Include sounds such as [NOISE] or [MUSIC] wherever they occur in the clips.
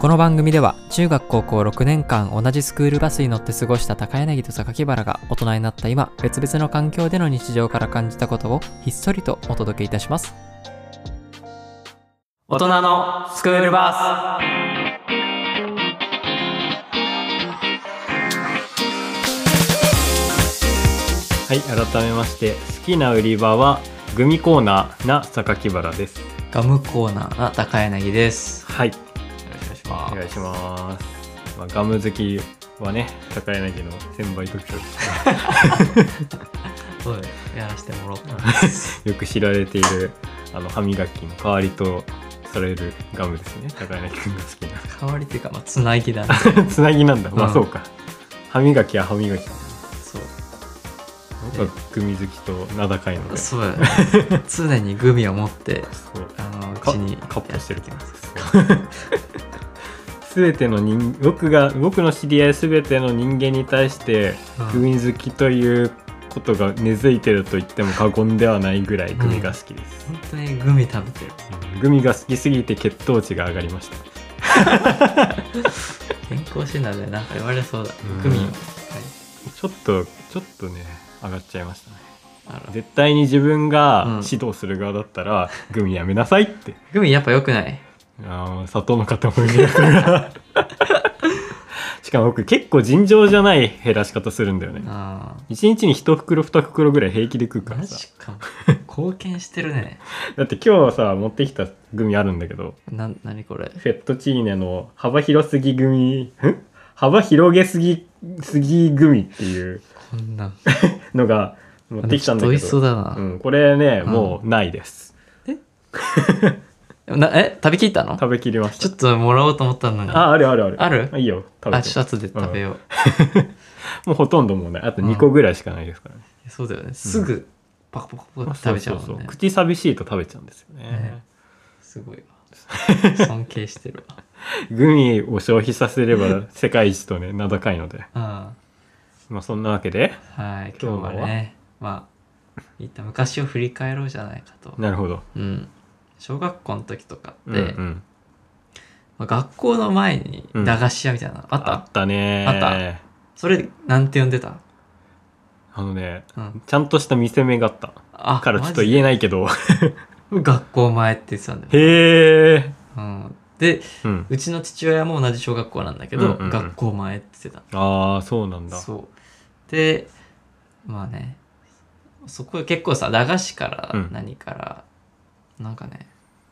この番組では中学高校6年間同じスクールバスに乗って過ごした高柳と榊原が大人になった今別々の環境での日常から感じたことをひっそりとお届けいたします大人のスクールバスはい、改めまして、好きな売り場はグミコーナーな榊原です。ガムコーナーな高柳ですはい、よろしくおお願願いいししまます。まあ、ガム好きはね、高柳の先輩特徴ですかすはいやらせてもらおう [LAUGHS] らよく知られているあの歯磨きの代わりとされるガムですね。高柳くんが好代わりっていうかまあつなぎだねきな。 [LAUGHS] つなぎなんだ。まうあんそうか。歯磨きは歯磨き。 [LAUGHS] そう僕はグミ好きと名高いので。そそうやね常にグミを持ってう。あのうかちにカッポしてるやってきますす [LAUGHS] べての人僕が僕の知り合いすべての人間に対してうんグミ好きということが根付いてると言っても過言ではないぐらいグミが好きです、本当にグミ食べてるグミが好きすぎて血糖値が上がりました健康診断でなんか言われそうだうんグミをはいちょっとちょっとね上がっちゃいましたねあら絶対に自分うんが指導する側だったら、グミやめなさいってグミやっぱ良くないあー砂糖の塊がしかも僕結構尋常じゃない減らし方するんだよねあ一日に一袋二袋ぐらい平気で食うーからマさジか貢献してるねだって今日さ持ってきたグミあるんだけどな何これフェットチーネの幅広すぎグミん幅広げすぎすぎグミっていうこんなんのが持ってきたんちょっだけと美味しそうどだな,、うん、これね、うんもうないですなえ食べきったの食べきりましちたょっともらおうと思ったのにああるあるあるあるいいよ食べあてちょっと後で食べよう、いもうほとんどもうないあと2個ぐらいしかないですからね、やそうだよねすぐパクパクパクって食べちゃうもんねそそそ口寂しいと食べちゃうんですよねねすごいわ尊敬してるわグミを消費させれば [LAUGHS] 世界一とね名高いのでうんまあそんなわけではい今今日日ははねまあ一旦昔を振り返ろうじゃないかと、なるほどうん、小学校の時とかって、うんうん、まあ学校の前に駄菓子屋みたいなのあった、あったねあそれなんて呼んでた、あのねうん、ちゃんとした見せ目があったあからちょっとえ言えないけど学校前って言ってたんだよ、 [LAUGHS] へえ、うん、でうん、うちの父親も同じ小学校なんだけど、うんうんうん学校前って言ってああそうなんただそうでまあねそこ結構さ駄菓子かうらん何から、なんかね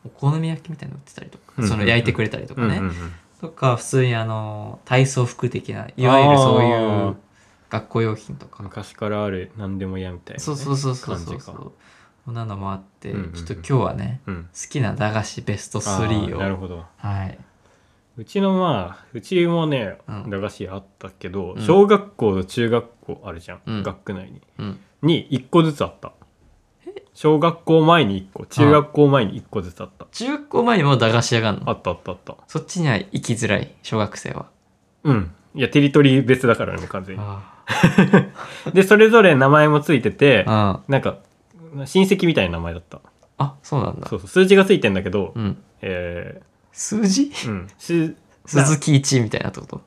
お好み焼きみたいなの売ってたりとか、うんうんうんその焼いてくれたりとかね、うんうんうんとか普通にあの体操服的ないわゆるそういあーう学校用品とか、昔からある何でも嫌みたいなね、そうそうそうそうそ感うじそかうそんなのもあって、うんうんうんちょっと今日はねうん好きな駄菓子ベストあーな3るをほどはい、うちのまあうちもね、うん駄菓子あったけど、うん小学校と中学校あるじゃん、うん学区内にうん、に1個ずつあった小学校前に1個中学校前に1個ずつあった中学校前にも駄菓子屋があるあのったあったあったそっちには行きづらい小学生はうんいやテリトリー別だからねもう完全にあでそれぞれ名前もついててあなんか親戚みたいな名前だったあそうなんだそうそう数字がついてんだけど、うんえ数字ーうんす鈴木一みたいなって [LAUGHS] こと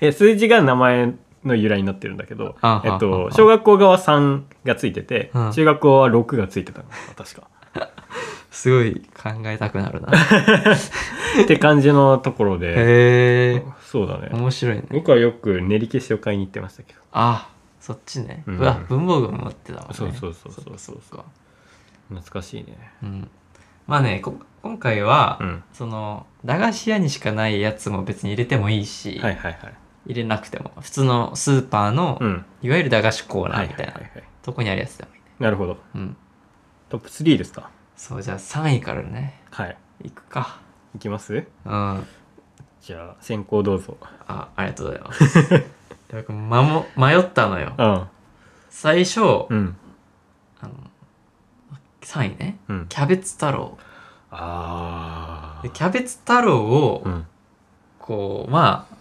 え数字が名前の由来になってるんだけどあえっはあはとあ小学校側3がついてて、うん中学校は6がついてたのかな確かすごい考えたくなるなって感じのところで、へえそうだね面白いね僕はよく練り消しを買いに行ってましたけどあそっちね、ううんわ文房具も持ってたもんねそうそうそうそうそっかそっか懐かしいねうんまあねこ今回は、うんその駄菓子屋にしかないやつも別に入れてもいいし、はいはいはい入れなくても普通のスーパーの、うんいわゆる駄菓子コーナはいーみはたいいな、はいはいとこにあるやつでもいいねなるほどうんトップ3ですかそうじゃあ3位からねはいいくかいきますうんあじゃあ先行どうぞありがとうございます [LAUGHS] で僕まも迷ったのようん最初、うんあの3位ねうんキャベツ太郎あでキャベツ太郎を、うんこうまあ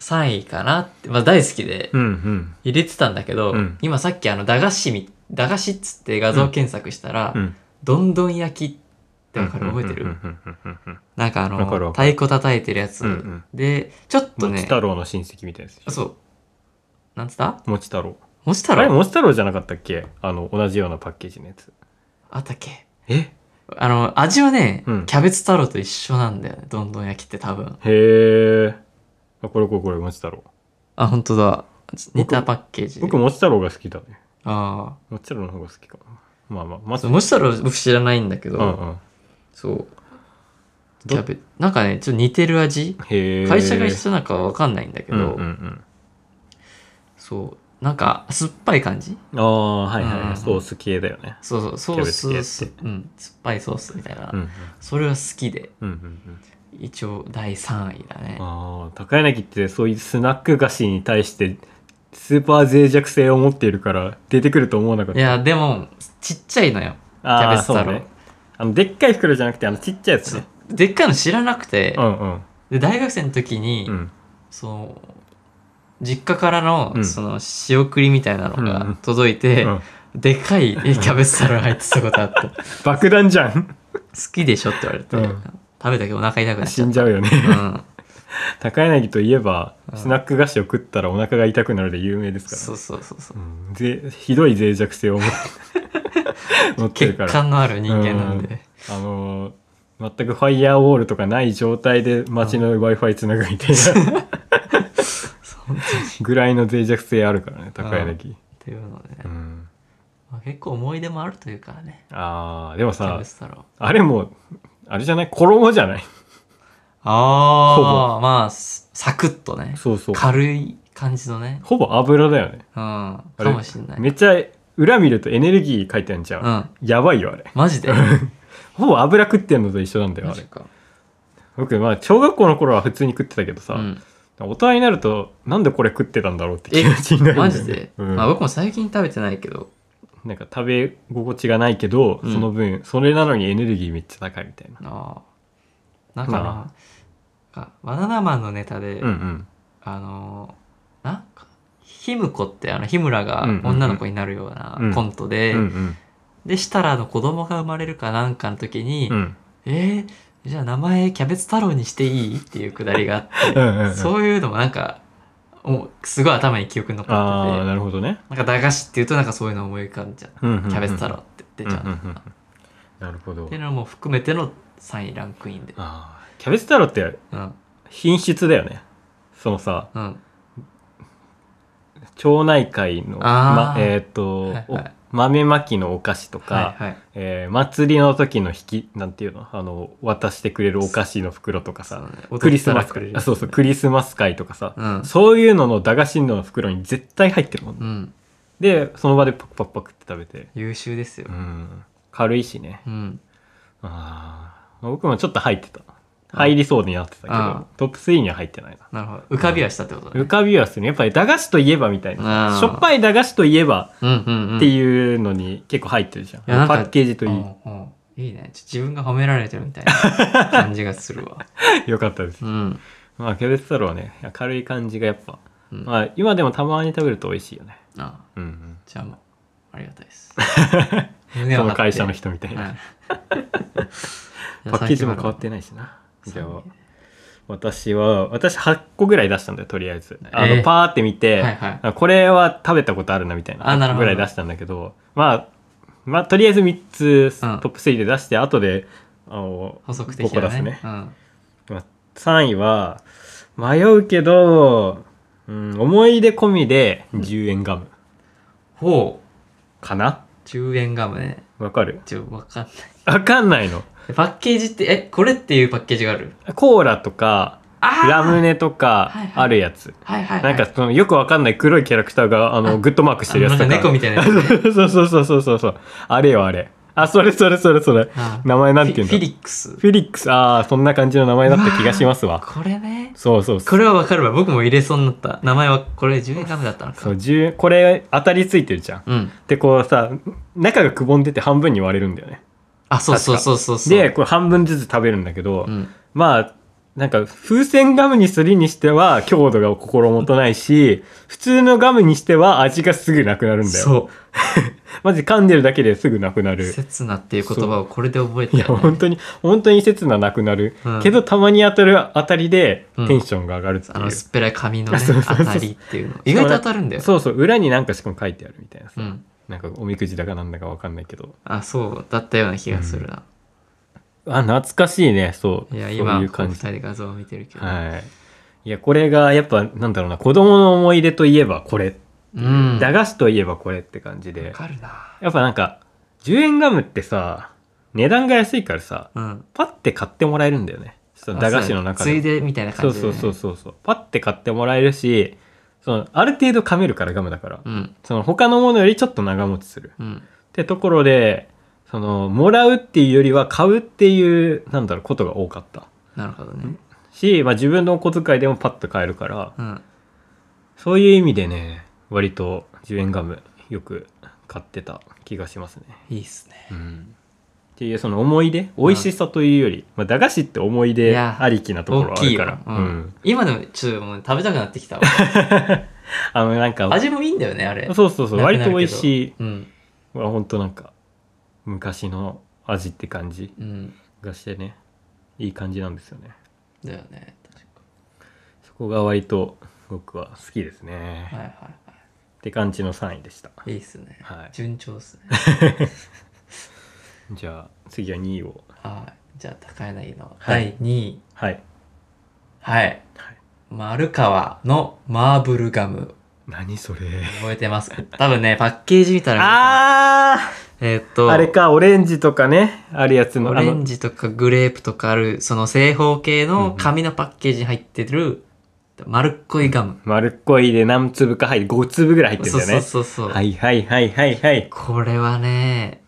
3位かなって、まあ、大好きでうんうん入れてたんだけど、うん今さっきあの駄菓子み駄菓子っつって画像検索したら、うんどんどん焼きっってわかる覚えてうんるうんうんうんうんなんかあのわかるわか太鼓叩いてるやつ、うんうんでちょっともちね太郎の親戚みたいなやつでしょあそうなんつったもち太郎もち太あれ郎もち太郎じゃなかったっけあの同じようなパッケージのやつあったっけえあの味はね、うんキャベツ太郎と一緒なんだよねどんどん焼きって多分へえあこれこれこれもち太郎あ本当だ似たパッケージ僕もち太郎が好きだねあもち太郎の方が好きかなまあまあまあずもち太郎僕知らないんだけうど、んうんそうキどャベなんかねちょっと似てる味へえ会社が一緒なのかわかんないんだけど、うんうんうんそうなんか酸っぱい感じああはいはい、うんソース系だよねそうそうソキャーベツ系ってスうん、酸っぱいソースみたいな、うんそれは好きでうんうんうん一応第3位だねうんああ高柳ってそういうスナック菓子に対してスーパー脆弱性を持っているから出てくると思わなかっいたやでもちっちゃいのよあーキャベツ太郎そうねあのでっかい袋じゃなくてあのちっちゃいやつねでっかいの知らなくて、うんうんで大学生の時に、うんその実家からの,、うんその仕送りみたいなのうんうんが届いて、うんでかいえキャベツ太郎入ってたことあった好爆弾じゃ [LAUGHS] んきでしょって言われて、うん食べたけどお腹痛くなっち死ゃっんじゃうよねた、うん、高柳といえばうんスナック菓子を食ったらお腹が痛くなるで有名ですからね、そうそうそうそううんぜひどい脆弱性を持っ [LAUGHS] て持って血るから、管のある人間なんで、あのー全くファイヤーウォールとかない状態で街の w i f i つなぐみたいなそうっぐらいの脆弱性あるからね高柳、ていうので、ねうん、まあ、結構思い出もあるというからねあーでもキャさベツ太郎あれもあれじゃない衣じゃないああまあすサクッとねそうそう軽い感じのねほぼ油だよねうんかあれもしんないめっちゃ裏見るとエネルギー書いてあるじゃん、うんやばいよあれマジでほぼ油食ってんのと一緒なんだよマあジれか僕まあ小学校の頃は普通に食ってたけどさ、うん大人になるとなんでこれ食ってたんだろうって気え持ちになるんだよ、マね、ジで、うんまあ、僕も最近食べてないけどなんか食べ心地がないけど、うんその分それなのにエネルギーめっちゃ高いみたいなあーなんかな、まあバナナマンのネタで、うんうんあのーなんかヒムコってあの日村がうんうんうん女の子になるよううんなコントうで、んうんで設楽の子供が生まれるかなんかの時に、うんえーじゃあ名前キャベツ太郎にしていいっていうくだりがあってうんうんうんそういうのもなんか、おすごい頭に記憶に残っあてあて、なるほどねなんか駄菓子っていうとなんかそういうの思い浮かんじゃキう。キャベツ太郎って出ちゃう。うんうんうんっなるほどていうのも含めての3位ランクインで。あーキャベツ太郎ってうん。品質だよねそのさうん。町町内会のまあー、えーっと、はいはいお豆まきのお菓子とはか、いはい。えー祭りの時の引きなんていうのあの渡してくれるお菓子の袋とかそうさね踊ったらクリスマスくれるあそうそうクリスマス会とかさ、うん。そういうのの駄菓子の袋に絶対入ってるもん、ねうん。でその場でパクパクパクって食べて優秀ですよう。ん軽いしねうん。あー僕もちょっと入ってた入りそうになってたけど、あトップ3には入ってないななるほど。浮かびはしたってことだね。浮かびはするねやっぱり駄菓子といえばみたいなあーしょっぱい駄菓子といえばうんうんうん。っていうのに結構入ってるじゃん,、いやなんパかッケージといい、うんうんいいね。ちょ自分が褒められてるみたいな感じがする [LAUGHS] わ。よかったですうん。まあキャベツ太郎はね明るい感じがやっぱ、うんまあ今でもたまに食べると美味しいよねあうんうんじゃあもう、ありがたい [LAUGHS] です。その会社の人みたいな、パッケージも変わってないしなじゃあ私は私8個ぐらい出したんだよとりあえずあの、えーパーって見て、はいはいあこれは食べたことあるなみたいなあなる8ほ個ぐどらい出したんだけどまあまあとりあえず3つトうんップ3で出して、後であの補足五的個だ出すねね、うん、まあ、3位は迷うけど、うん、思い出込みで10円ガムほうかな10円ガムねわかるちょわかんないわかんないのえパッケージってえこれっていうパッケージがあるコーラとかあーラムネとかはいはいあるやつ、はいはい、なんかそのよくわかんない黒いキャラクターがあのあグッドマークしてるやつとあかのなんか猫みたいなやつ [LAUGHS] そうそうそうそうそうそうあれよあれあそれそれそれそれあー名前なんて言うんだフィフィリックスフィリックスああそんな感じの名前だった気がしますわこれねそうそうそこうれはわかるわ僕も入れそうになった名前はこれ10円ガムだったのかそう10これ当たりついてるじゃんうんでこうさ中がくぼんでて半分に割れるんだよねあそうそうそうそうそうでこれ半分ずつ食べるんだけど、うんまあなんか風船ガムにするにしては強度が心もとないし普通のガムにしては味がすぐなくなるんだよそマジ噛んでるだけですぐなくなうる刹那っていう言葉をこれで覚えていや本当に本当に切ななくなる、うんけどたまに当たる当たりでうんテンションが上がるっていう、あの薄っぺらい紙のねあそうそうそう当たりっていうの意外と当たるんだよそうそう裏になんかしかも書いてあるみたいなさ、うんなんかおみくじだかなんだかわかんないけどあそうだったような気がするな、あ懐かしいねそういやそう今いうこう感二じ人で画像を見てるけど、はい。いや、これがやっぱ、なんだろうな、子供の思い出といえばこれ。うん駄菓子といえばこれって感じわで。かるなやっぱなんか、10円ガムってさ、値段が安いからさ、うんパッて買ってもらえるんだよね。その駄菓子の中ついで。でみたいなそ感うじで、ね、そうそうそうそう。パッて買ってもらえるし、その、ある程度噛めるからガムだから。うんその、他のものよりちょっと長持ちする。うんってところで、その、もらうっていうよりは買うっていう、なんだろう、ことが多かった。なるほどねし、まあ、自分のお小遣いでもパッと買えるから、うんそういう意味でね割と10円ガムよく買ってた気がしますね、いいっすねうん、っていうその思い出美味しさというより、まあ、駄菓子って思いい出やありきなところ大はあきいるよから、ううんん今でもちょっともう食べたくなってきたわあのなんか味もいいんだよねあれそうそうなくそうなる割けどと美味しいうんまあほんとなんか昔の味って感じうんがしてねいい感じなんですよねだよね確そこが割と僕は好きですね、かっはいはて感じの3位でしたいはいいいっすね、はい順調っすね [LAUGHS] じゃあ次は2位をはいじゃあ高柳のは第い2位はいはい、はい丸川のマーブルガム何それ覚えてます [LAUGHS] 多分ねパッケージ見たら皆さんあーえーっとあれか、オレンジとかね、あるやつの。オあのレンジとかグレープとかある、その正方形の紙のパッケージに入ってる、丸っこいガム。丸っこいで何粒か入って、5粒ぐらい入ってるそんうだよね。そうそうそう。はいはいはいはいはい。これはね、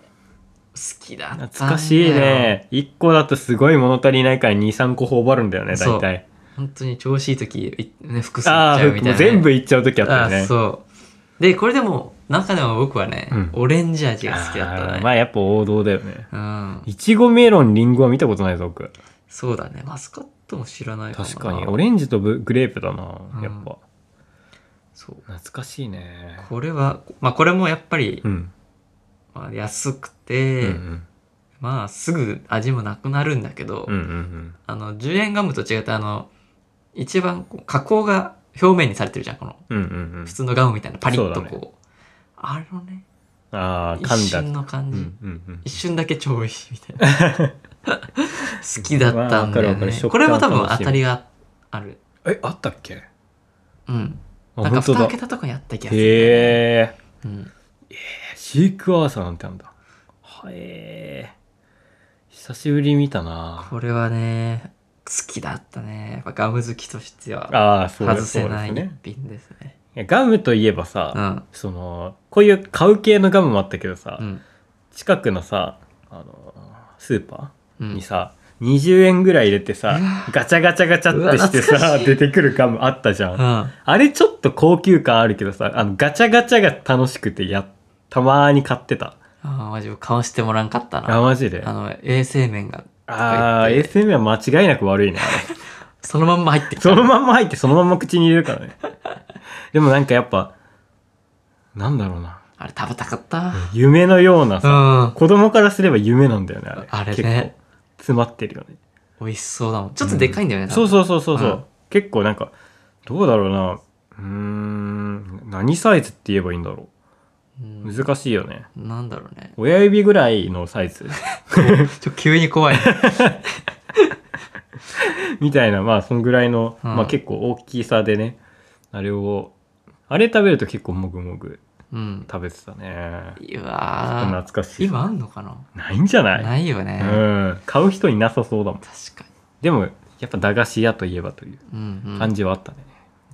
好きだったんだよ。懐かしい。ね。1個だとすごい物足りないから2、3個頬張るんだよね、そう大体。本当に調子いい時、いね、服装いっちああゃうみたいなー、ね、もう全部いっちゃう時あったよね。あそう。で、これでも、中でも僕はね、うんオレンジ味が好きだったあーね。まあやっぱ王道だよね。うん。いちごメロン、リンゴは見たことないぞ、僕。そうだね。マスカットも知らないかもな確かに。オレンジとブグレープだな、やっぱ。そう。懐かしいね。これは、まあこれもやっぱり、うん。まあ、安くうんうて、ん。まあすぐ味もなくなるんだけど、うんうんうん。あの10円ガムと違ってあの一番こう加工が表面にされてるじゃんこのうんうんうん普。通のガムみたいなパリッとこうそうあのねああ、一噛んだ。瞬の感うじ、んうんうん。一瞬だけ超いいみたいな [LAUGHS] 好きだったんだよわかるわかるね食感これも多分楽しい当たりがあるえ、あったっけうんあなんか本蓋当だ開けたとこにあった気がする、へえうん、シークワーサーなんてなんだはえ久しぶりに見たなこれはね好きだったねやっぱガム好きとしてはああそう外ですせないそうです一ね品ですねいやガムといえばうさ、んそのこういう買う系のガムもあったけどさ、うん近くのさあのスーパうーんにさ、20円ぐらい入れてさうわガチャガチャガチャってしうてわ懐さかしい出てくるガムあったじゃん、うんあれちょっと高級感あるけどさあのガチャガチャが楽しくてやたまーに買ってたああ、マジ、買わしてもらんかったあな。マジであの、衛生面が、ああ、ASM は間違いなく悪い [LAUGHS] ね。あれそのまんま入ってきた。そのまんま入って、そのまんま口に入れるから [LAUGHS] ね。でもなんかやっぱ、なんだろうな。あれ食べたかった。夢のようなうさ、ん。子供からすれば夢なんだよね、あれ。あれね。結構、詰まってるよね。美味しそうだもん。ちょっとでかいんだよね。そうう。そうそうそうそう、うん結構なんか、どうだろうな。うーん、何サイズって言えばいいんだろう。ん、難しいよね。なんだろうね。親指ぐらいのサイズちょ、急に怖い。 [LAUGHS] みたいな、まあ、そんぐらいの、うんまあ結構大きさでね、あれを、あれ食べると結構もぐもぐうん。食べてたねいちょっとや懐かしい今あんのかな。ないんじゃないないよね。うん買う人いなさそうだもん確かでもやっぱ駄菓子屋といえばというに。うん、う感ん。じはあったね、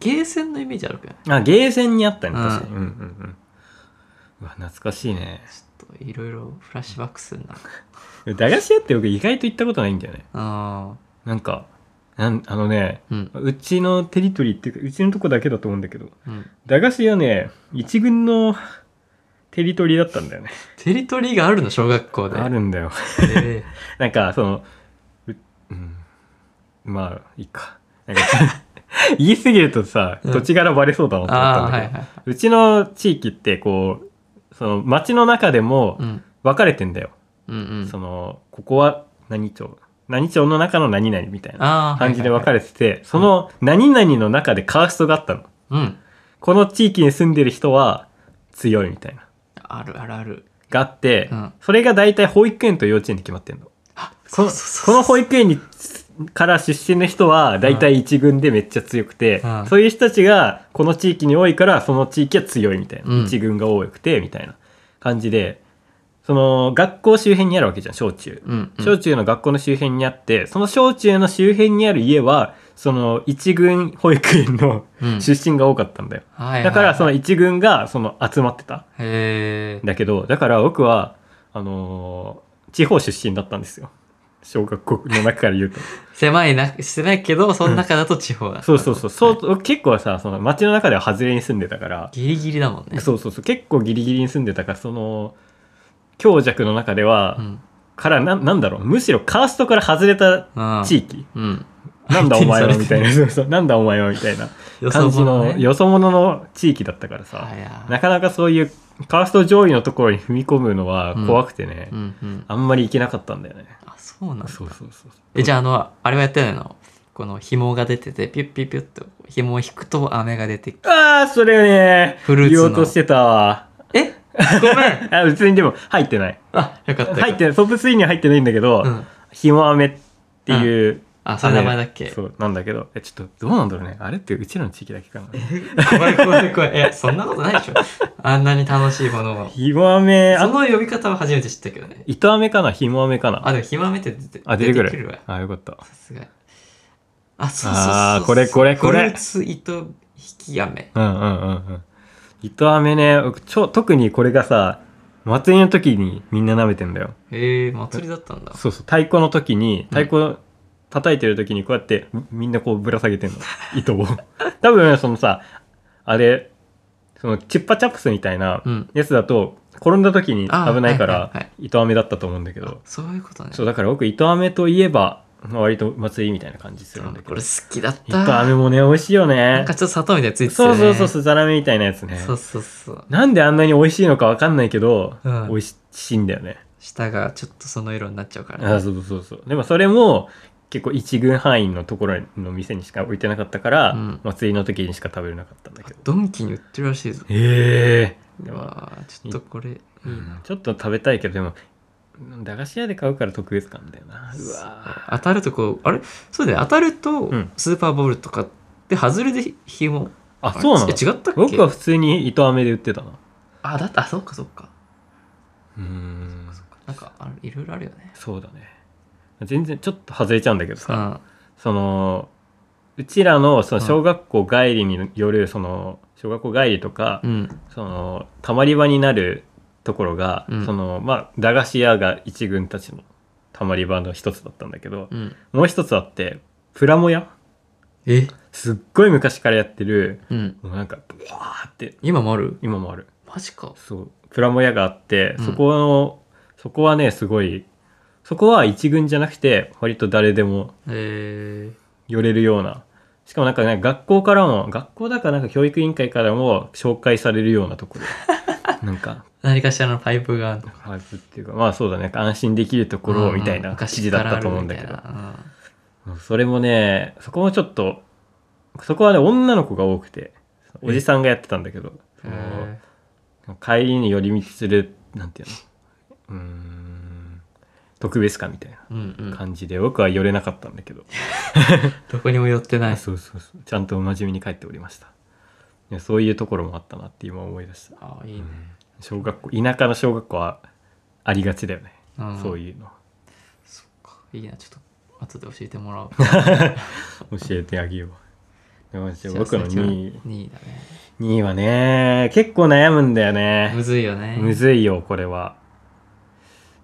ゲーセンのイメージあるけどね。あゲーセンにあったねうん確かにうんうんうんうわ懐かしいねちょっと、いろいろフラッシュバックするな。駄菓子屋って僕意外と行ったことないんだよねあなんかなんあのねあ。うん。うちのテリトリーっていうかうちのとこだけだと思うんだけどうん。駄菓子屋ね一軍のテリトリーだったんだよねテリトリーがあるの、 [LAUGHS] 小学校で。あ。るんだよえなんかそのう、うん、まあいいかなんか [LAUGHS] 言い過ぎるとさうん土地柄バレそうだなと思あったあんー、だはけいど、はいうちの地域ってこうその町の中でもうん。分かれてんだよ、うんうん。そのここは何町何町の中の何々みたいなああ、感じで分かる。れてて、その何々の中でカーストがあったのうん。この地域に住んでる人は強いみたいなあるあるある。があって、うんそれが大体保育園と幼稚園で決まってんのこのこの保育育園にから出身の人は大体一軍でめっちゃ強くて、うんそういう人たちがこの地域に多いからその地域は強いみたいな、うん一軍が多くてみたいな感じでその学校周辺にあるわけじゃん小中、うん、うん。小中の学校の周辺にあってその小中の周辺にある家はその一軍保育園のうん出身が多かったんだよ、はいはいはいだからその一軍がその集まってたへえん。だけどだから僕はあのー地方出身だったんですよ小学校の中から言うと狭いな、狭いけど、その中だと地方だ。そうそうそうそう、僕結構さその町の中では外れに住んでたから、ギリギリだもんね。そうそうそう結構ギリギリに住んでたからその強弱の中では、うん。からななんだろうむしろカーストから外れたうん。地域、うん。なんだお前はみたい [LAUGHS] 相手にされてなそうそうなんだお前はみたいなよそ感じ者ねのよそ者の地域だったからさ、はいはいなかなかそういうカースト上位のところに踏み込むのは怖くてね、うんうん。あんまり行けなかったんだよねあ、そうなんだ。そうそうそうえ、じゃあ、あの、あれはやってないのこの紐が出てて、ピュッピュッピュッと、紐を引くと飴が出てくる。ああそれねフルーツ言のおうとしてたわえごめんあ別にでも入ってないあ、よかった。入ってる。ないトップ3には入ってないんだけど、うん。ひもあめっていうあ、それ名前だっけそうなんだけどえちょっとどうなんだろうねあれってうちらの地域だけかな怖い怖い怖い。いや、そんなことないでしょ。あんなに楽しいものを。ひもあめそあの呼び方は初めて知ったけどね。糸あめかなひもあめかなあ、でも、ひまめって出てあ出てくるわ。あよかったさすが。あ、そうそうそうそう。あーこれこれこれフルーツ糸引き飴。うんうんうんうん。糸飴ね、僕ちょ、特にこれがさ、祭りの時にみんな舐めてんだよ。へえー、祭りだったんだ。そうそう、太鼓の時に、太鼓叩いてる時にこうやって、みんなこうぶら下げてんの。 [LAUGHS] 糸を。多分、そのさ、あれ、そのチュッパチャップスみたいなうん。やつだと、転んだ時にあー危ないかはいはいはらい、糸飴だったと思うんだけあど。そういうことね。そう、だから僕糸飴といえば、まあ割と祭りみたいな感じするんだけこどれ。好きだった。糸飴もね、美味しいよなんねか。ちょっと砂糖みたいについてたそようね。そうそうそう、ザラメみたいなやつね。そうそうそう。なんであんなに美味しいのかわかんないけど、うん美味しいんだよね。舌がちょっとその色になっちゃうから、あね。そうそうそう。でもそれも結構一軍範囲のところの店にしか置いてなかったから、うん祭りの時にしか食べれなかったんだけど。ドンキに売ってるらしいぞ。ええうわーちょっとこれ、いいな。ちょっと食べたいけど、でも、駄菓子屋で買うから特別感だよな。うわ当たるとこう、あれそうだよ。当たるとうん、スーパーボールとかで、外れで紐。あ、そうなのえ違ったっけ僕は普通に糸飴で売ってたな。あ、だった。あ、そっかそっか。うーん。なんか、あいろいろあるよね。そうだね。全然ちょっと外れちゃうんだけどうさ。ん。そのうちらのそのうん小学校帰りによるその小学校帰りとか、うん。そのたまり場になるところが、うんそのまあ駄菓子屋が一軍たちのたまり場の一つだったんだけど、うん。もう一つあってプラモ屋えすっごい昔からやってるうん。もうなんかブワーって今もある今もあるマジか。そうプラモ屋があってうんそこの、そこはねすごいそこは一軍じゃなくて割と誰でもえ寄れるようなしかもなんかね学校からも学校だからなんか教育委員会からも紹介されるようなとこ [LAUGHS] ろなんかー、何かしらのパイプがあるの。ハイプっていうかまあそうだね安心できるところみたいな記事だったと思うんだけど、それもねそこもちょっとそこはね女の子が多くておじさんがやってたんだけどその帰りに寄り道するなんていうのうーん特別感みたいうんう、なん感じで僕は寄れなかったんだけどどこにも寄ってないそうそうそうちゃんと真面目に帰っておりましたいやそういうところもあったなって今思い出したあいいね、小学校田舎の小学校はありがちだよね、うんそういうのそっかいいなちょっと後で教えてもらおう教えてあげようでも [LAUGHS] じゃあじゃあ [LAUGHS] 僕の2位2位だね2位はね結構悩むんだよむねずいよねむずいよこれは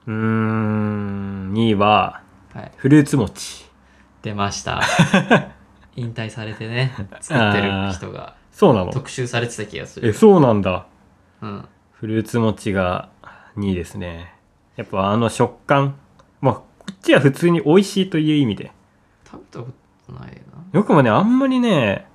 うーん2位ははい、フルーツ餅出ました [LAUGHS] 引退されてね作ってる人がそうなの特集されてた気がすえるそうなんだうんフルーツ餅が2位ですねやっぱあの食感まあこっちは普通に美味しいという意味で食べたことないな。よくもね、あんまりね、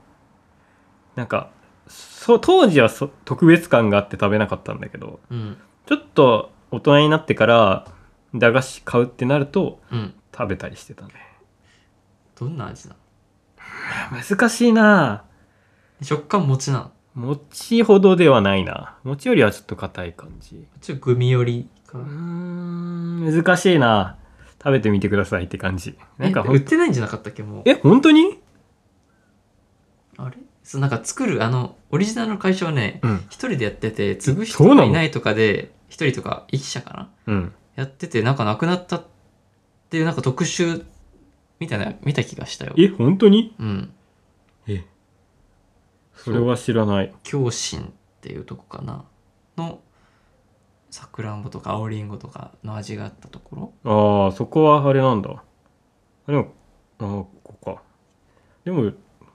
なんか、そう、当時はそ特別感があって食べなかったんだけど、うん。ちょっと大人になってから、駄菓子買うってなると、うん。食べたりしてたね。どんな味なの難しいな食感餅なの餅ほどではないな。餅よりはちょっと硬い感じ。ちょっとグミ寄りかうー。ん、難しいな食べてみてくださいって感じ。なんかえほ売っん、てないんじゃなかったっけもう。え、本当にあれそう、なんか作る、あの、オリジナルの会社はね、うん。一人でやってて、潰しそう人がなのいないとかで、一人とか一社かなうん。やってて、なんかなくなったっていう、なんか特集みたいな、見た気がしたよ。え、本当にうん。え、それは知らない。京信っていうとこかなのさくらんぼとか青りんごとかの味があったところああ、そこはあれなんだ。あでも、ああ、ここか。でも、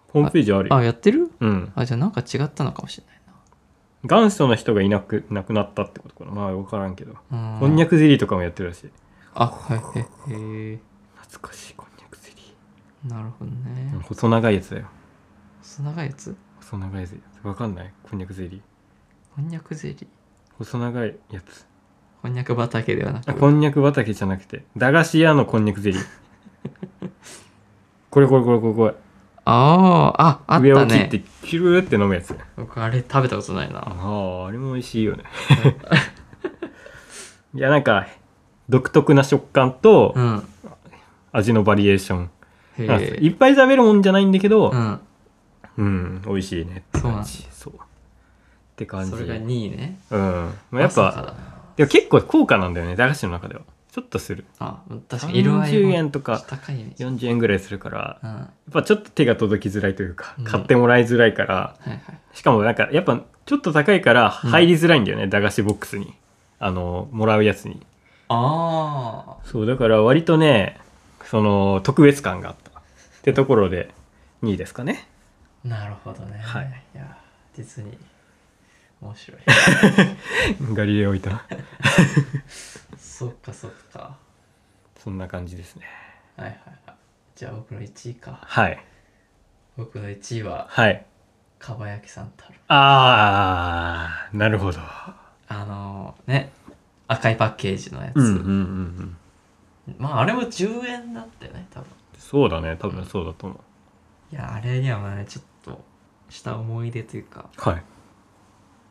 ホームページあるよ。あやってるうん。あじゃあなんか違ったのかもしれ元祖の人がいなく、なくなったってことかな。まあ、わからんけど。ないなこんにゃくくゼリーとかもやってるらしい。あはいへへ懐かしい、こんにゃくゼリーなるほどー。うんね細長いやつだよ。細長いやつ細長いやつ。わかんないこんにゃくゼリー。こんにゃくゼリー細長いやつ。こんにゃく畑ではなくあ、こんにゃく畑じゃなくて、駄菓子屋のこんにゃくゼ [LAUGHS] リー。これこれこれこれこれ。あーああっ上たを切ってね、キューって飲むやつ。僕あれ食べたことないなああ、あれも美味しいよ [LAUGHS] ね。いや、なんか、独特な食感とうん味のバリエーション。へなんかいえっぱい食べるもんじゃないんだけどう、んうん、美味しいねってそうなん感だじ。そう。って感じ。それがうん。 2位ねまあ、やっまさかぱ、だなでも結構高価なんだよね、駄菓子の中では。ちょっとする。あ確かに色合い30も円とか高いイメージ40円ぐらいするから、うんはやっぱちょっと手が届きづらいというかう、ん買ってもらいづらいから、いはいしかもなんか、やっぱちょっと高いからうん入りづらいんだよね、駄菓子ボックスに。あの、もらうやつに。あそう、だから割とね、その、特別感があった。ってところで、2位です [LAUGHS] かね。あなるほどねはいいや実に面 [LAUGHS] 白いガリレオいた。そっかそっかそんな感じですね。はいはいはいじゃあ僕の1位かはい。僕の1位ははい。かば焼きさんたるあー、なるほど。あのーね赤いパッケージのやつ、ん。まああれも10円だったよね多分そうだね、多分そうだと思う。いやあれにはまあねちょっとした思い出というかはい。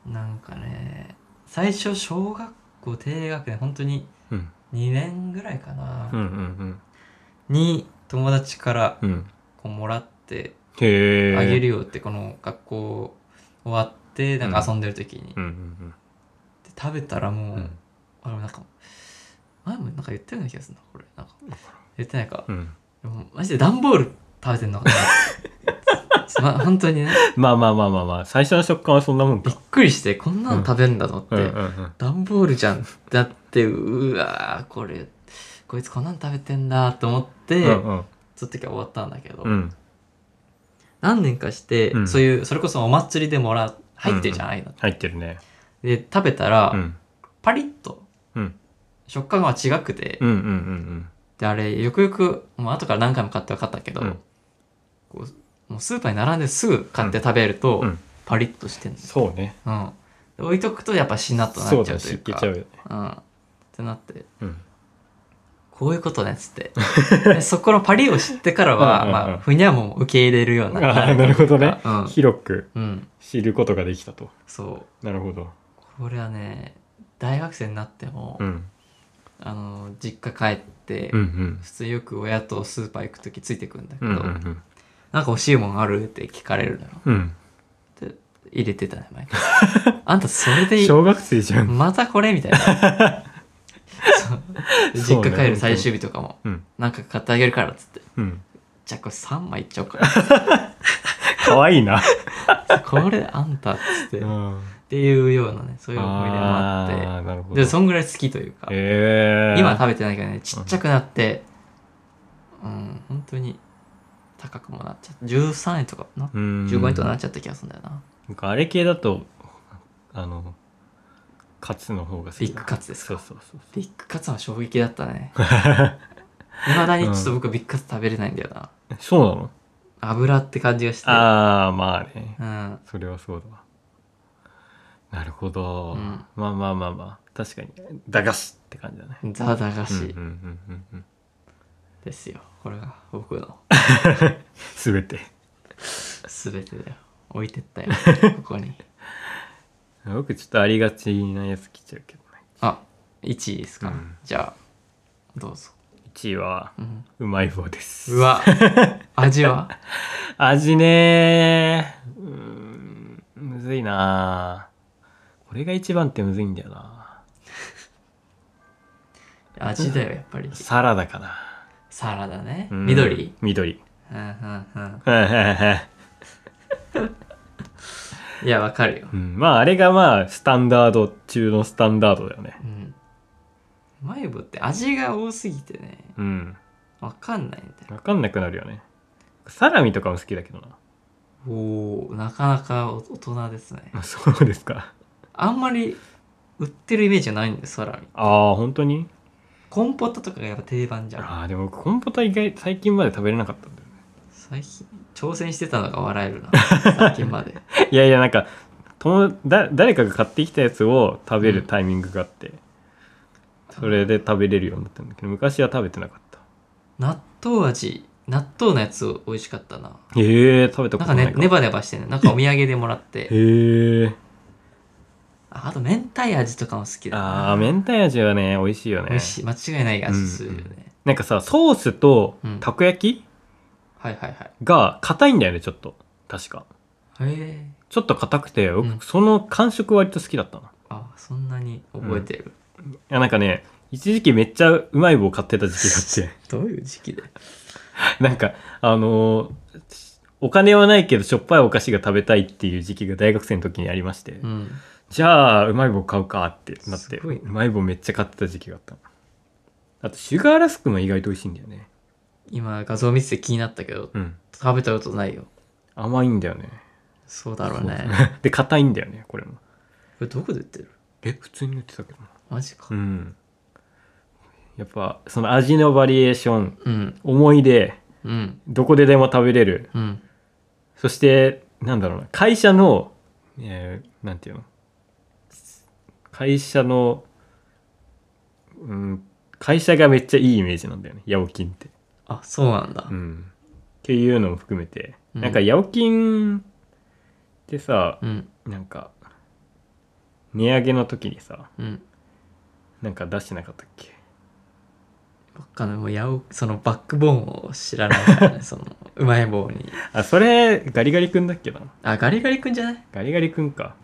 なんかね最初小学校低学年本当にうん。 2年ぐらいかな、うんうんに友達からうん。うん。こうもらってへえ。あげるよってこの学校終わってなんか遊んでる時に、うんうんで食べたらもうう、ん。うん。あれなんか前もなんか言ったような気がするなこれなんか言ってないか、うん。でもマジで段ボール食べてんのかな [LAUGHS] ま本当にねまあまあまあまあまあ、最初の食感はそんなもんびっか。くりしてこんなの食べるんだと思って、うんうんうん。段ボールじゃんだってうわーこれこいつこんなの食べてんだと思って、うんうんその時は終わったんだけど、うん。何年かして、うんそういうそれこそお祭りでもらう入ってるじゃん、ああいうの入ってるね。で食べたら、うん。パリッと、うん食感が違くて、うんうんうんであれよくよくもう後から何回も買って分かったけど、うんこうもうスーパーに並んですぐ買って食べると、うんうんパリッとしてんうん。そうね。の、うんで置いとくとやっぱしなっとなっちゃそううとだね、い湿う気かちゃうよね。うん、ってなってうん。こういうことねっつってでそこのパリを知ってからはうんうんうんまあ、ふにゃも受け入れるようになああ、なるほどね。うん広くうん、知ることができたと。そうなるほど。これはね大学生になっても、うん。あの実家帰って、うんうん。普通よく親とスーパー行く時ついてくんだけうど、んうんなんか欲しいもんあるって聞かれるのようん。で入れてたね毎回 [LAUGHS] あんたそれうでいん。い小学生じゃん。またこれみ [LAUGHS] たいなそうそう実ね家帰る最終日とかも、うんなんか買ってあげるからっつってうん。じゃあこれ3枚いっちゃおうかかわいいな。 [LAUGHS] なこれあんたっつって、うっん。ていうようなねそういう思い出もあってああ、なるほど。でそんぐらい好きというか、ええ。今は食べてないけどねちっちゃくなってうん、本当に高くもなっちゃった13円とかなうん。 15円とかなっちゃった気がするんだよな、なんかあれ系だと、あの、カツの方が好きだ。ビッグカツですかそうそうそう。ビッグカツは [LAUGHS] 衝撃だったね未だにちょっと僕ビッグカツ食べれないんだよなそうなの油って感じがして。ああ、まあね。うん。それはそうだわ。なるほど。うんまあまあまあまあ。確かに。駄菓子って感じだね。ザ・駄菓子うんうんうんうん。ですよ。これが僕のすべて。全てだよ。置いて [LAUGHS] ったよ。ここに。僕ちょっとありがちなやつ来ちゃうけどね。あ、1位ですか。うんじゃあ、どうぞ。 1位は、うん、うまい棒です。うわ、 [LAUGHS] 味は味ねー。うーん、むずいなーこれが一番ってむずいんだよな味だよ、やっぱり。サラダかな。サラダね。うん緑。 [LAUGHS] 緑。うんうんうん。ういや、わかるよ。んまあ、あれがまあ、スタンダード中のスタンダードだよね。うん。マイボって味が多すぎてね、うん。わかんないんだよ。わかんなくなるよね。サラミとかも好きだけどな。おおなかなか大人ですね。あそうですか。あんまり売ってるイメージがないんで、サラミ。ああ、本当にコンポタとかがやっぱ定番じゃん。ああ、でも僕コンポタ意外、最近まで食べれなかったんだよね。最近、挑戦してたのが笑え [LAUGHS] るな。最近まで。いやいや、なんか、友だ誰かが買ってきたやつを食べるタイミングがあって、それで食べれるようになったんだけど、昔は食べてなかった。納豆味、納豆のやつ美味しかったな。へえ、食べたこなんかとないね、かネバネバしてね、なんかお土産でもらって。へえ。ああと、明太味とかも好きだな。ああ、明太味はね、美味しいよね。美味しい。間違いない味するよね。うんなんかさ、ソースとうんたこ焼き、はいはいはい。が硬いんだよね、ちょっと。確か。へえ。ちょっと硬くて、僕うんその感触割と好きだったな。あ、そんなに覚えてる。いや、なんかね、一時期めっちゃうまい棒買ってた時期があっどういう時期でて、 [LAUGHS] なんか、あのーお金はないけどしょっぱいお菓子が食べたいっていう時期が大学生の時にありまして、うん。じゃあ、うまい棒買うかってなって、すごいねうまい棒めっちゃ買ってた時期があったの。あと、シュガーラスクも意外と美味しいんだよね。今、画像見てて気になったけど、うん。食べたことないよ。甘いんだよね。そうだろうね。そう。 [LAUGHS] で、硬いんだよね、これも。 [LAUGHS] これどこで売ってるえ、普通に売ってたけどな。マジかう。ん。やっぱ、その味のバリエーション、うん。思い出、うん。どこででも食べれる。うん。そして、なんだろうな、会社の、えーなんていうの会社の、うん、会社がめっちゃいいイメージなんだよね、ヤオキンって。あ、そうなんだう。ん。っていうのも含めて、うんなんかヤオキンってさ、うん。なんか、値上げの時にさ、うん。なんか出してなかったっけばっかね、もうやお、そのバックボーンを知らない [LAUGHS] からね、その、うまい棒に。あ、それ、ガリガリ君だっけなあ、ガリガリくんじゃないガリガリ君か。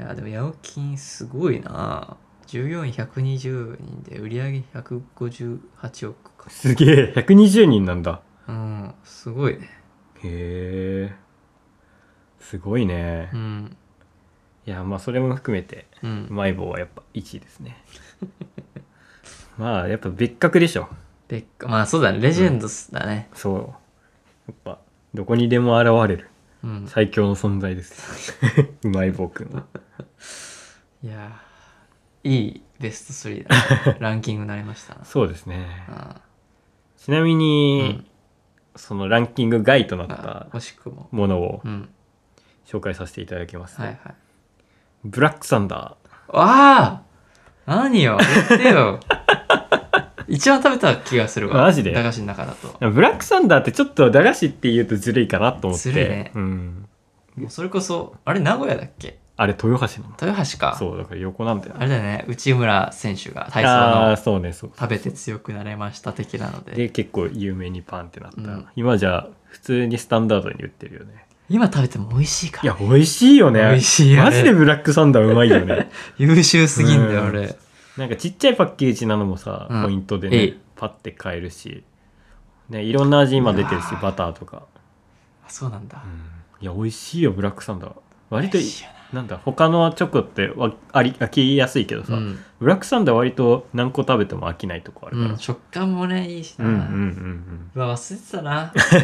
いや、でも、ヤオキンすごいな従業員120人で、売り上げ158億か。すげえ、120人なんだ。うん、すごいね。へえ。すごいねう。ん。いや、まあ、それも含めて、う。うんまい棒はやっぱ1位で [LAUGHS] すね。まあ、やっぱ別格でしょ。でっか、まあそうだね、レジェンドだね。そう。やっぱ、どこにでも現れるうん。最強の存在 [LAUGHS] です。うまい棒くんは。いやーいいベスト3だ、 [LAUGHS] ね、ランキングになりましたな。そうですね。あちなみーうにん、そのランキング外となっあた惜しくも。ものをうん。紹介させていただきます。はいはい。ブラックサンダー。ああ何よ言って [LAUGHS] よ一番食べた気がするわ。マジで駄菓子の中だと。ブラックサンダーってちょっと駄菓子って言うとずるいかなと思って。ずるいねうん。もうそれこそ、あれ名古屋だっけあれ、豊橋なの。豊橋か。そう、だから横なんだよ。あれだよね、内村選手が体ああー、操のそうね、そう。食べて強くなれました的なので。で、結構有名にパンってなった。うん今じゃ、普通にスタンダードに売ってるよね。今食べても美味しいかいやら。、美味しいよね。美味しいよねマジでブラックサンダーうまいよね。優秀すぎんだよ、うん俺。 [LAUGHS] なんかちっちゃいパッケージなのもさ、うんポイントでえねえ、パッて買えるし、ね、いろんな味今出てるしうわ、ーバターとか。あそうなんだうん。いや、美味しいよ、ブラックサンダー。割と美味しいよな、なんだ、他のチョコってわあり飽きやすいけどさ、うんブラックサンダー割と何個食べても飽きないとこあるかうら。ん、食感もね、いいしな。うんうんうんうん。うわ、忘れて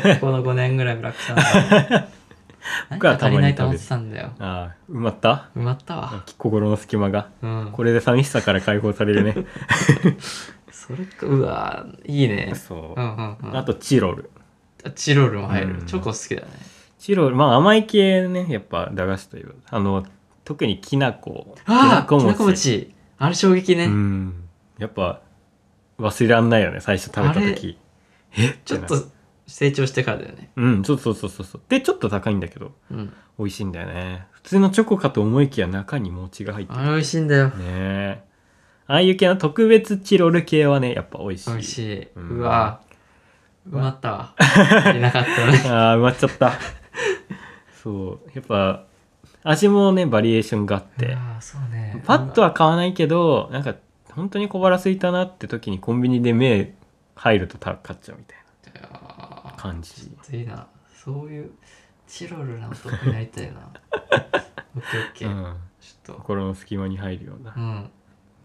た [LAUGHS] な。この5年ぐらいブラックサンダー。僕はたまに何か足り食べるないと思ってたんだよ。ああ、埋まった埋まったわ。心の隙間が。うん。これで寂しさから解放されるね。それか、うわ、いいね。そうう。んうんうん。あと、チロル。あチロルも入る、うんチョコ好きだねチロル、まあ甘い系ね、やっぱ駄菓子といえば。あの、特にきなこ。ああき餅なこ餅あれ衝撃ね、うん。やっぱ忘れらんないよね、最初食べた時。えちょってなと成長してからだよねうん、そうそうそうそうそう。で、ちょっと高いんだけど、うん美味しいんだよね。普通のチョコかと思いきや中に餅が入ってる。あねれ美味しいんだよえ。ああいう系の特別チロル系はね、やっぱ美味しい。美味しい、ううんわ埋まった [LAUGHS] わいなかったねああ、埋まっちゃった。そう。やっぱ、味もね、バリエーションがあって。ああそうねパッとは買わないけどなんか本当に小腹空いたなって時にコンビニで目入るとた買っちゃうみたいあなあ感じいいなそういうチロルな男になりたいなオッケーオッケうー、ん、ちょっと心の隙間に入るような、うん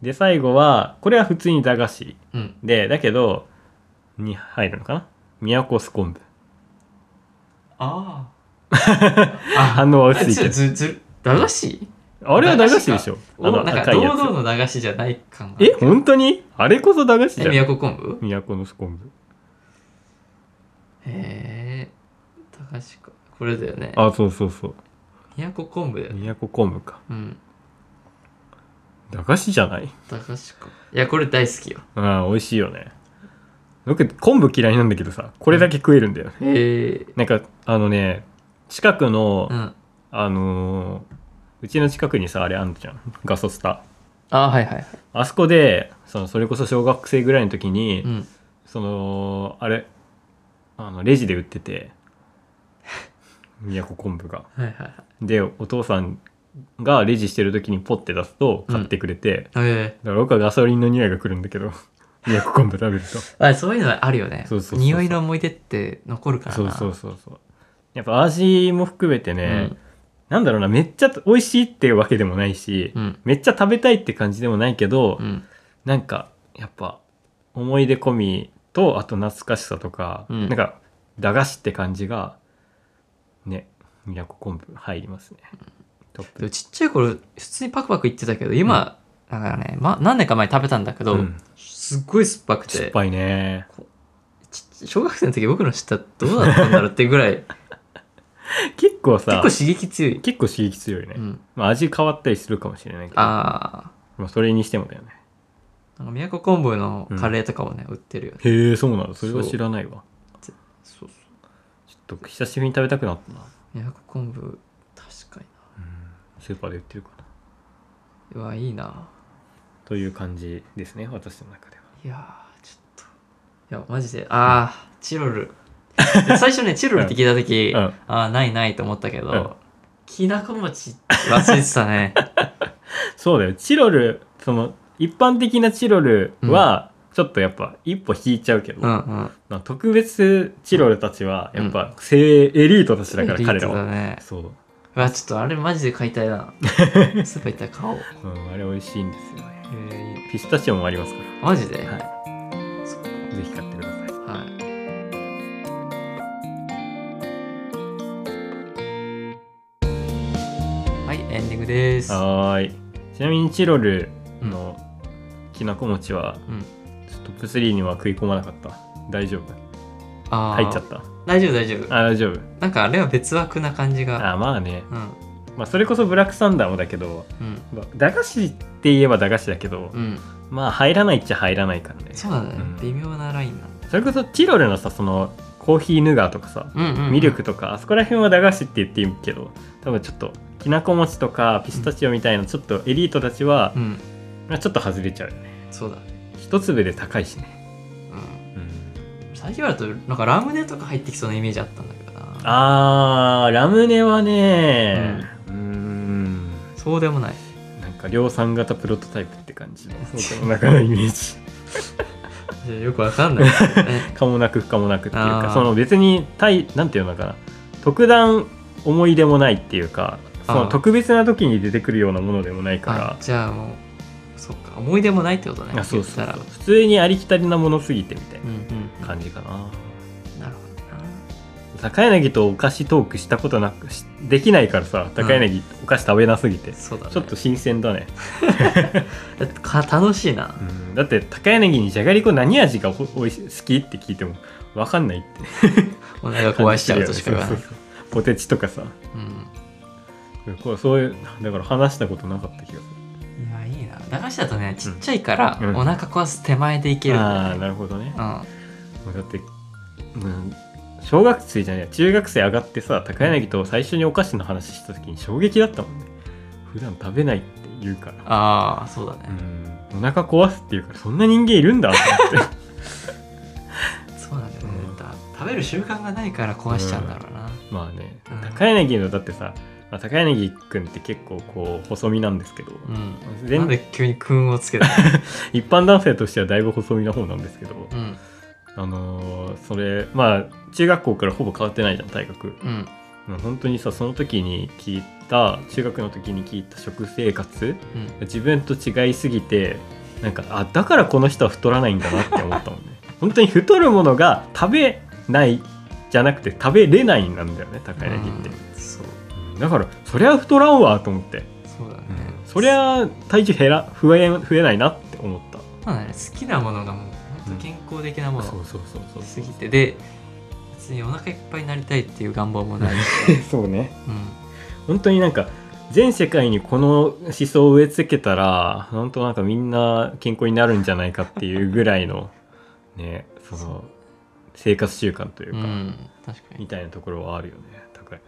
で最後はこれは普通に駄菓子うんでだけどに入るのかな宮古ス昆布あ [LAUGHS] あ反応はあ薄いずけどずず駄菓子あれは駄菓子でしょおあのなんか赤い堂や々つの駄菓子じゃない感があえる本当にあれこそ駄菓子えじゃん宮古昆布宮古のス昆布へえ駄菓子かこれだよねあそうそうそう宮古昆布だよね宮古昆布かうん駄菓子じゃない駄菓子かいやこれ大好きよああ美味しいよね僕昆布嫌いなんだけどさこれだけ食えるんだよね、へえなんかあのね近くの、うんあのーうちの近くにさあれあんじゃんガソスタあはいはいはいあそこでそのそれこそ小学生ぐらいの時に、うんそのあれあのレジで売ってて宮古昆布がはいはいはいでお父さんがレジしてる時にポッて出すと買ってくれて、えだから僕はガソリンの匂いがくるんだ [LAUGHS] けど宮古昆布食べるとあそういうのあるよねそうそうそうそう匂いの思い出って残るからそうなそうそうそうやっぱ味も含めてうね、んなんだろうなめっちゃ美味しいっていうわけでもないし、うんめっちゃ食べたいって感じでもないけど、うんなんかやっぱ思い出込みとあと懐かしさとか、うんなんか駄菓子って感じがね宮古昆布入りますねトッでプもちっちゃい頃普通にパクパクいってたけど今、だからね、ま、何年か前に食べたんだけど、うんすっごい酸っぱくて酸っぱいねち小学生の時僕の舌どうだったんだろうってぐら [LAUGHS] い結構結さ構結構刺激強い、刺激強いね、うん、まあ、味変わったりするかもしれないけどあまあ、それにしてもだよねーなんか宮古昆布のカレーとかもね、売ってるよねへえそうなのそれは知らないわそうそうちょっと久しぶりに食べたくなったな、宮古昆布確かにスーパーで売ってるかななうわいいなという感じですね私の中ではいやーちょっといやマジであーチロ [LAUGHS] ル最初ねチロルって聞いた時、うんあーないないと思ったけど、うんきなこ餅忘れてた [LAUGHS] ねそうだよチロルその一般的なチロルは、ちょっとやっぱ一歩引いちゃうけど、うんうんまあ特別チロルたちはやっぱ精鋭エリートたちだから、リ彼ーらトだは、ねそう、うわちょっとあれマジで買いたい [LAUGHS] なスーパー行ったら買おううん、あれ美味しいんですよねえーいいピスタチオもありますからマジで、はいそぜひ買ってくださいはいはい、エンディングです。はーいちなみにチロルのきなこ餅は、うんトップ3には食い込まなかった大丈夫あー入っちゃった大丈夫大丈夫。あ大丈夫なんかあれは別枠な感じが。あまあね、うんまあ、それこそブラックサンダーもだけど、うんまあ駄菓子って言えば駄菓子だけど、うん。まあ入らないっちゃ入らないからねそうだね、うん微妙なラインなんだ。それこそチロルのさそのコーヒーヌガーとかさ、うんうん、うん。ミルク。とかあそこら辺は駄菓子って言っていいけど多分ちょっときなこ餅とかピスタチオみたいなちょっとエリートたちはう、ん。まあちょっと外れちゃうよねそうだね。一粒で高いしね、うん。うん、最近だとなんかラムネとか入ってきそうなイメージあったんだけどな。あーラムネはねうんそうでもない。なんか量産型プロトタイプって感じの僕の中のイメージ。いやよくわかんないですけど [LAUGHS] ねかもなく不可もなくっていうあかーその別に対なんていうのかな特段思い出もないっていうかそあのー特別な時に出てくるようなものでもないあかじゃあもう、そっか、思い出もないってことね。らあそうそ言うそうったら普通にありきたりなものすぎてみたいうんうんうんな感じかななるほどな。高柳とお菓子トークしたことなくしできないからさ高柳お菓子食べなすぎてちそうだね。ょっと新鮮だねえか楽しいな。うんだって高柳にじゃがりこ何味がおおいし好きって聞いても分かんないってお腹壊しちゃうとしか言わないそうそうそうポテチとかさうんこれそういうだから話したことなかった気がするいやいいな駄菓子だとねちっちゃいからうんお腹壊す手前でいけるんあだあよねなるほどねうんだって、うん、小学生じゃない中学生上がってさ高柳と最初にお菓子の話した時に衝撃だったもんね普段食べないって言うからああそうだねうんお腹壊すっていうからそんな人間いるんだと [LAUGHS] 思ってそうなんだよねうんだ食べる習慣がないから壊しちゃうんだろうなまあねうん高柳のだってさ、まあ、高柳くんって結構こう細身なんですけど、うん全なんで急に「くん」をつ [LAUGHS] けたの一般男性としてはだいぶ細身な方なんですけど、うんあのーそれまあ中学校からほぼ変わってないじゃん体格、うんまあ本当にさその時に聞いた中学の時に聞いた食生活うん自分と違いすぎてなんかあだからこの人は太らないんだなって思ったもんね [LAUGHS] 本当に太るものが食べないじゃなくて食べれないなんだよね高柳って、うんそううんだからそりゃ太らんわと思って、そうだねそりゃ体重減ら増え増えないなって思ったそうだね好きなものがもう本当健康的なものそうそうそうすぎてで別にお腹いっぱいになりたいっていう願望もないし、そうねうん、本当になんか全世界にこの思想を植え付けたら本当なんかみんな健康になるんじゃないかっていうぐらい [LAUGHS] のねその生活習慣といううか、ん、確かみにたいなところはあるよね高い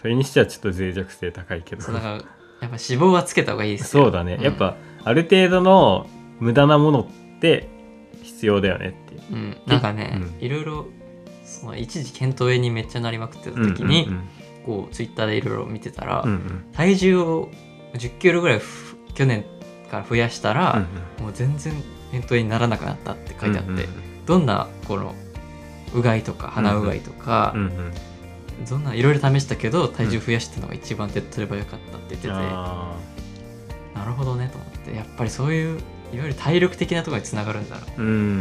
それにしてはちょっと脆弱性高いけどそうだからやっぱ脂肪はつけた方がいいですよそうだね、んやっぱある程度の無駄なものって必要だよねっていううん、なんかね、うんいろいろその一時検討炎にめっちゃなりまくってた時に、うんこうツイッターでいろいろ見てたら、うんうん体重を10キロぐらいふ去年から増やしたうんら、もう全然検討炎にならなくなったって書いてあって、うんうんどんなこのうがいとか鼻うがいとか、うんうんうんどんないろいろ試したけど体重増やしたのが一番手っ取ればよかったって言ってて、あなるほどねと思ってやっぱりそういういわゆる体力的なところにつながるんだろーうん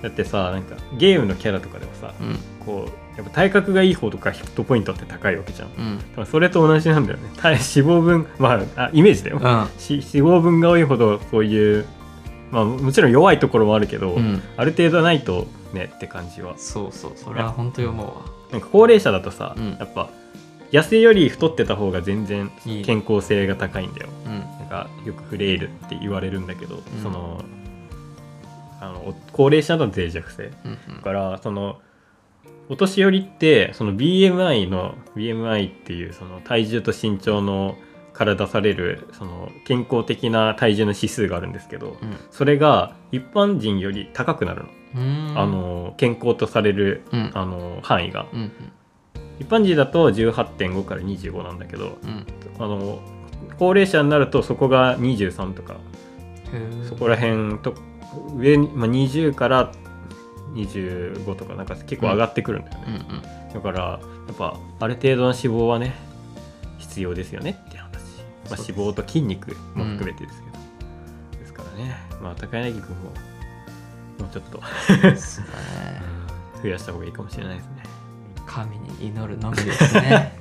うだってさなんかゲームのキャラとかでもさ、なうんこうやっぱ体格がいい方とかヒットポイントって高いわけじゃんうんうん多分それと同じなんだよね [LAUGHS] 体脂肪分まああイメージだようんし脂肪分が多いほどそういうまあもちろん弱いところもあるけど、うんある程度ないとねって感じはそうそうそれは本当に思うわなんか高齢者だとさ、うんやっぱ痩せより太ってた方が全然いい健康性が高いんだようんなんかよくフレイルって言われるんだけど、んそのあの高齢者の脆弱性うんだからそのお年寄りってその BMI の BMI っていうその体重と身長のから出されるその健康的な体重の指数があるんですけどうんそれが一般人より高くなるの,、うんうんあの健康とされるうんあの範囲がうん一般人だと18.5から25なんだけどうんあの高齢者になるとそこが23とかうんへーそこら辺と上に、まあ、20から25とかなんか結構上がってくるんだよね、うんだからやっぱある程度の脂肪はね必要ですよねって話、まあ、そうです脂肪と筋肉も含めてですけど、ですからねまあ高柳君ももうちょっとうんそうだね増やした方がいいかもしれないですね神に祈るのみですね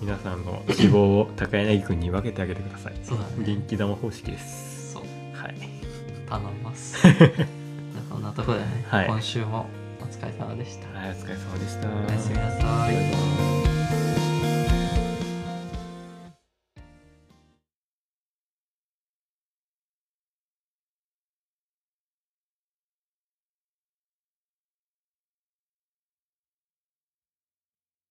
皆さんの脂肪を高柳君に分けてあげてください [LAUGHS] そうだね元気玉方式ですそうはい頼みます [LAUGHS] じゃあこんなところでねはい今週もお疲れ様でしたはいお疲れ様でしおやすみなさいた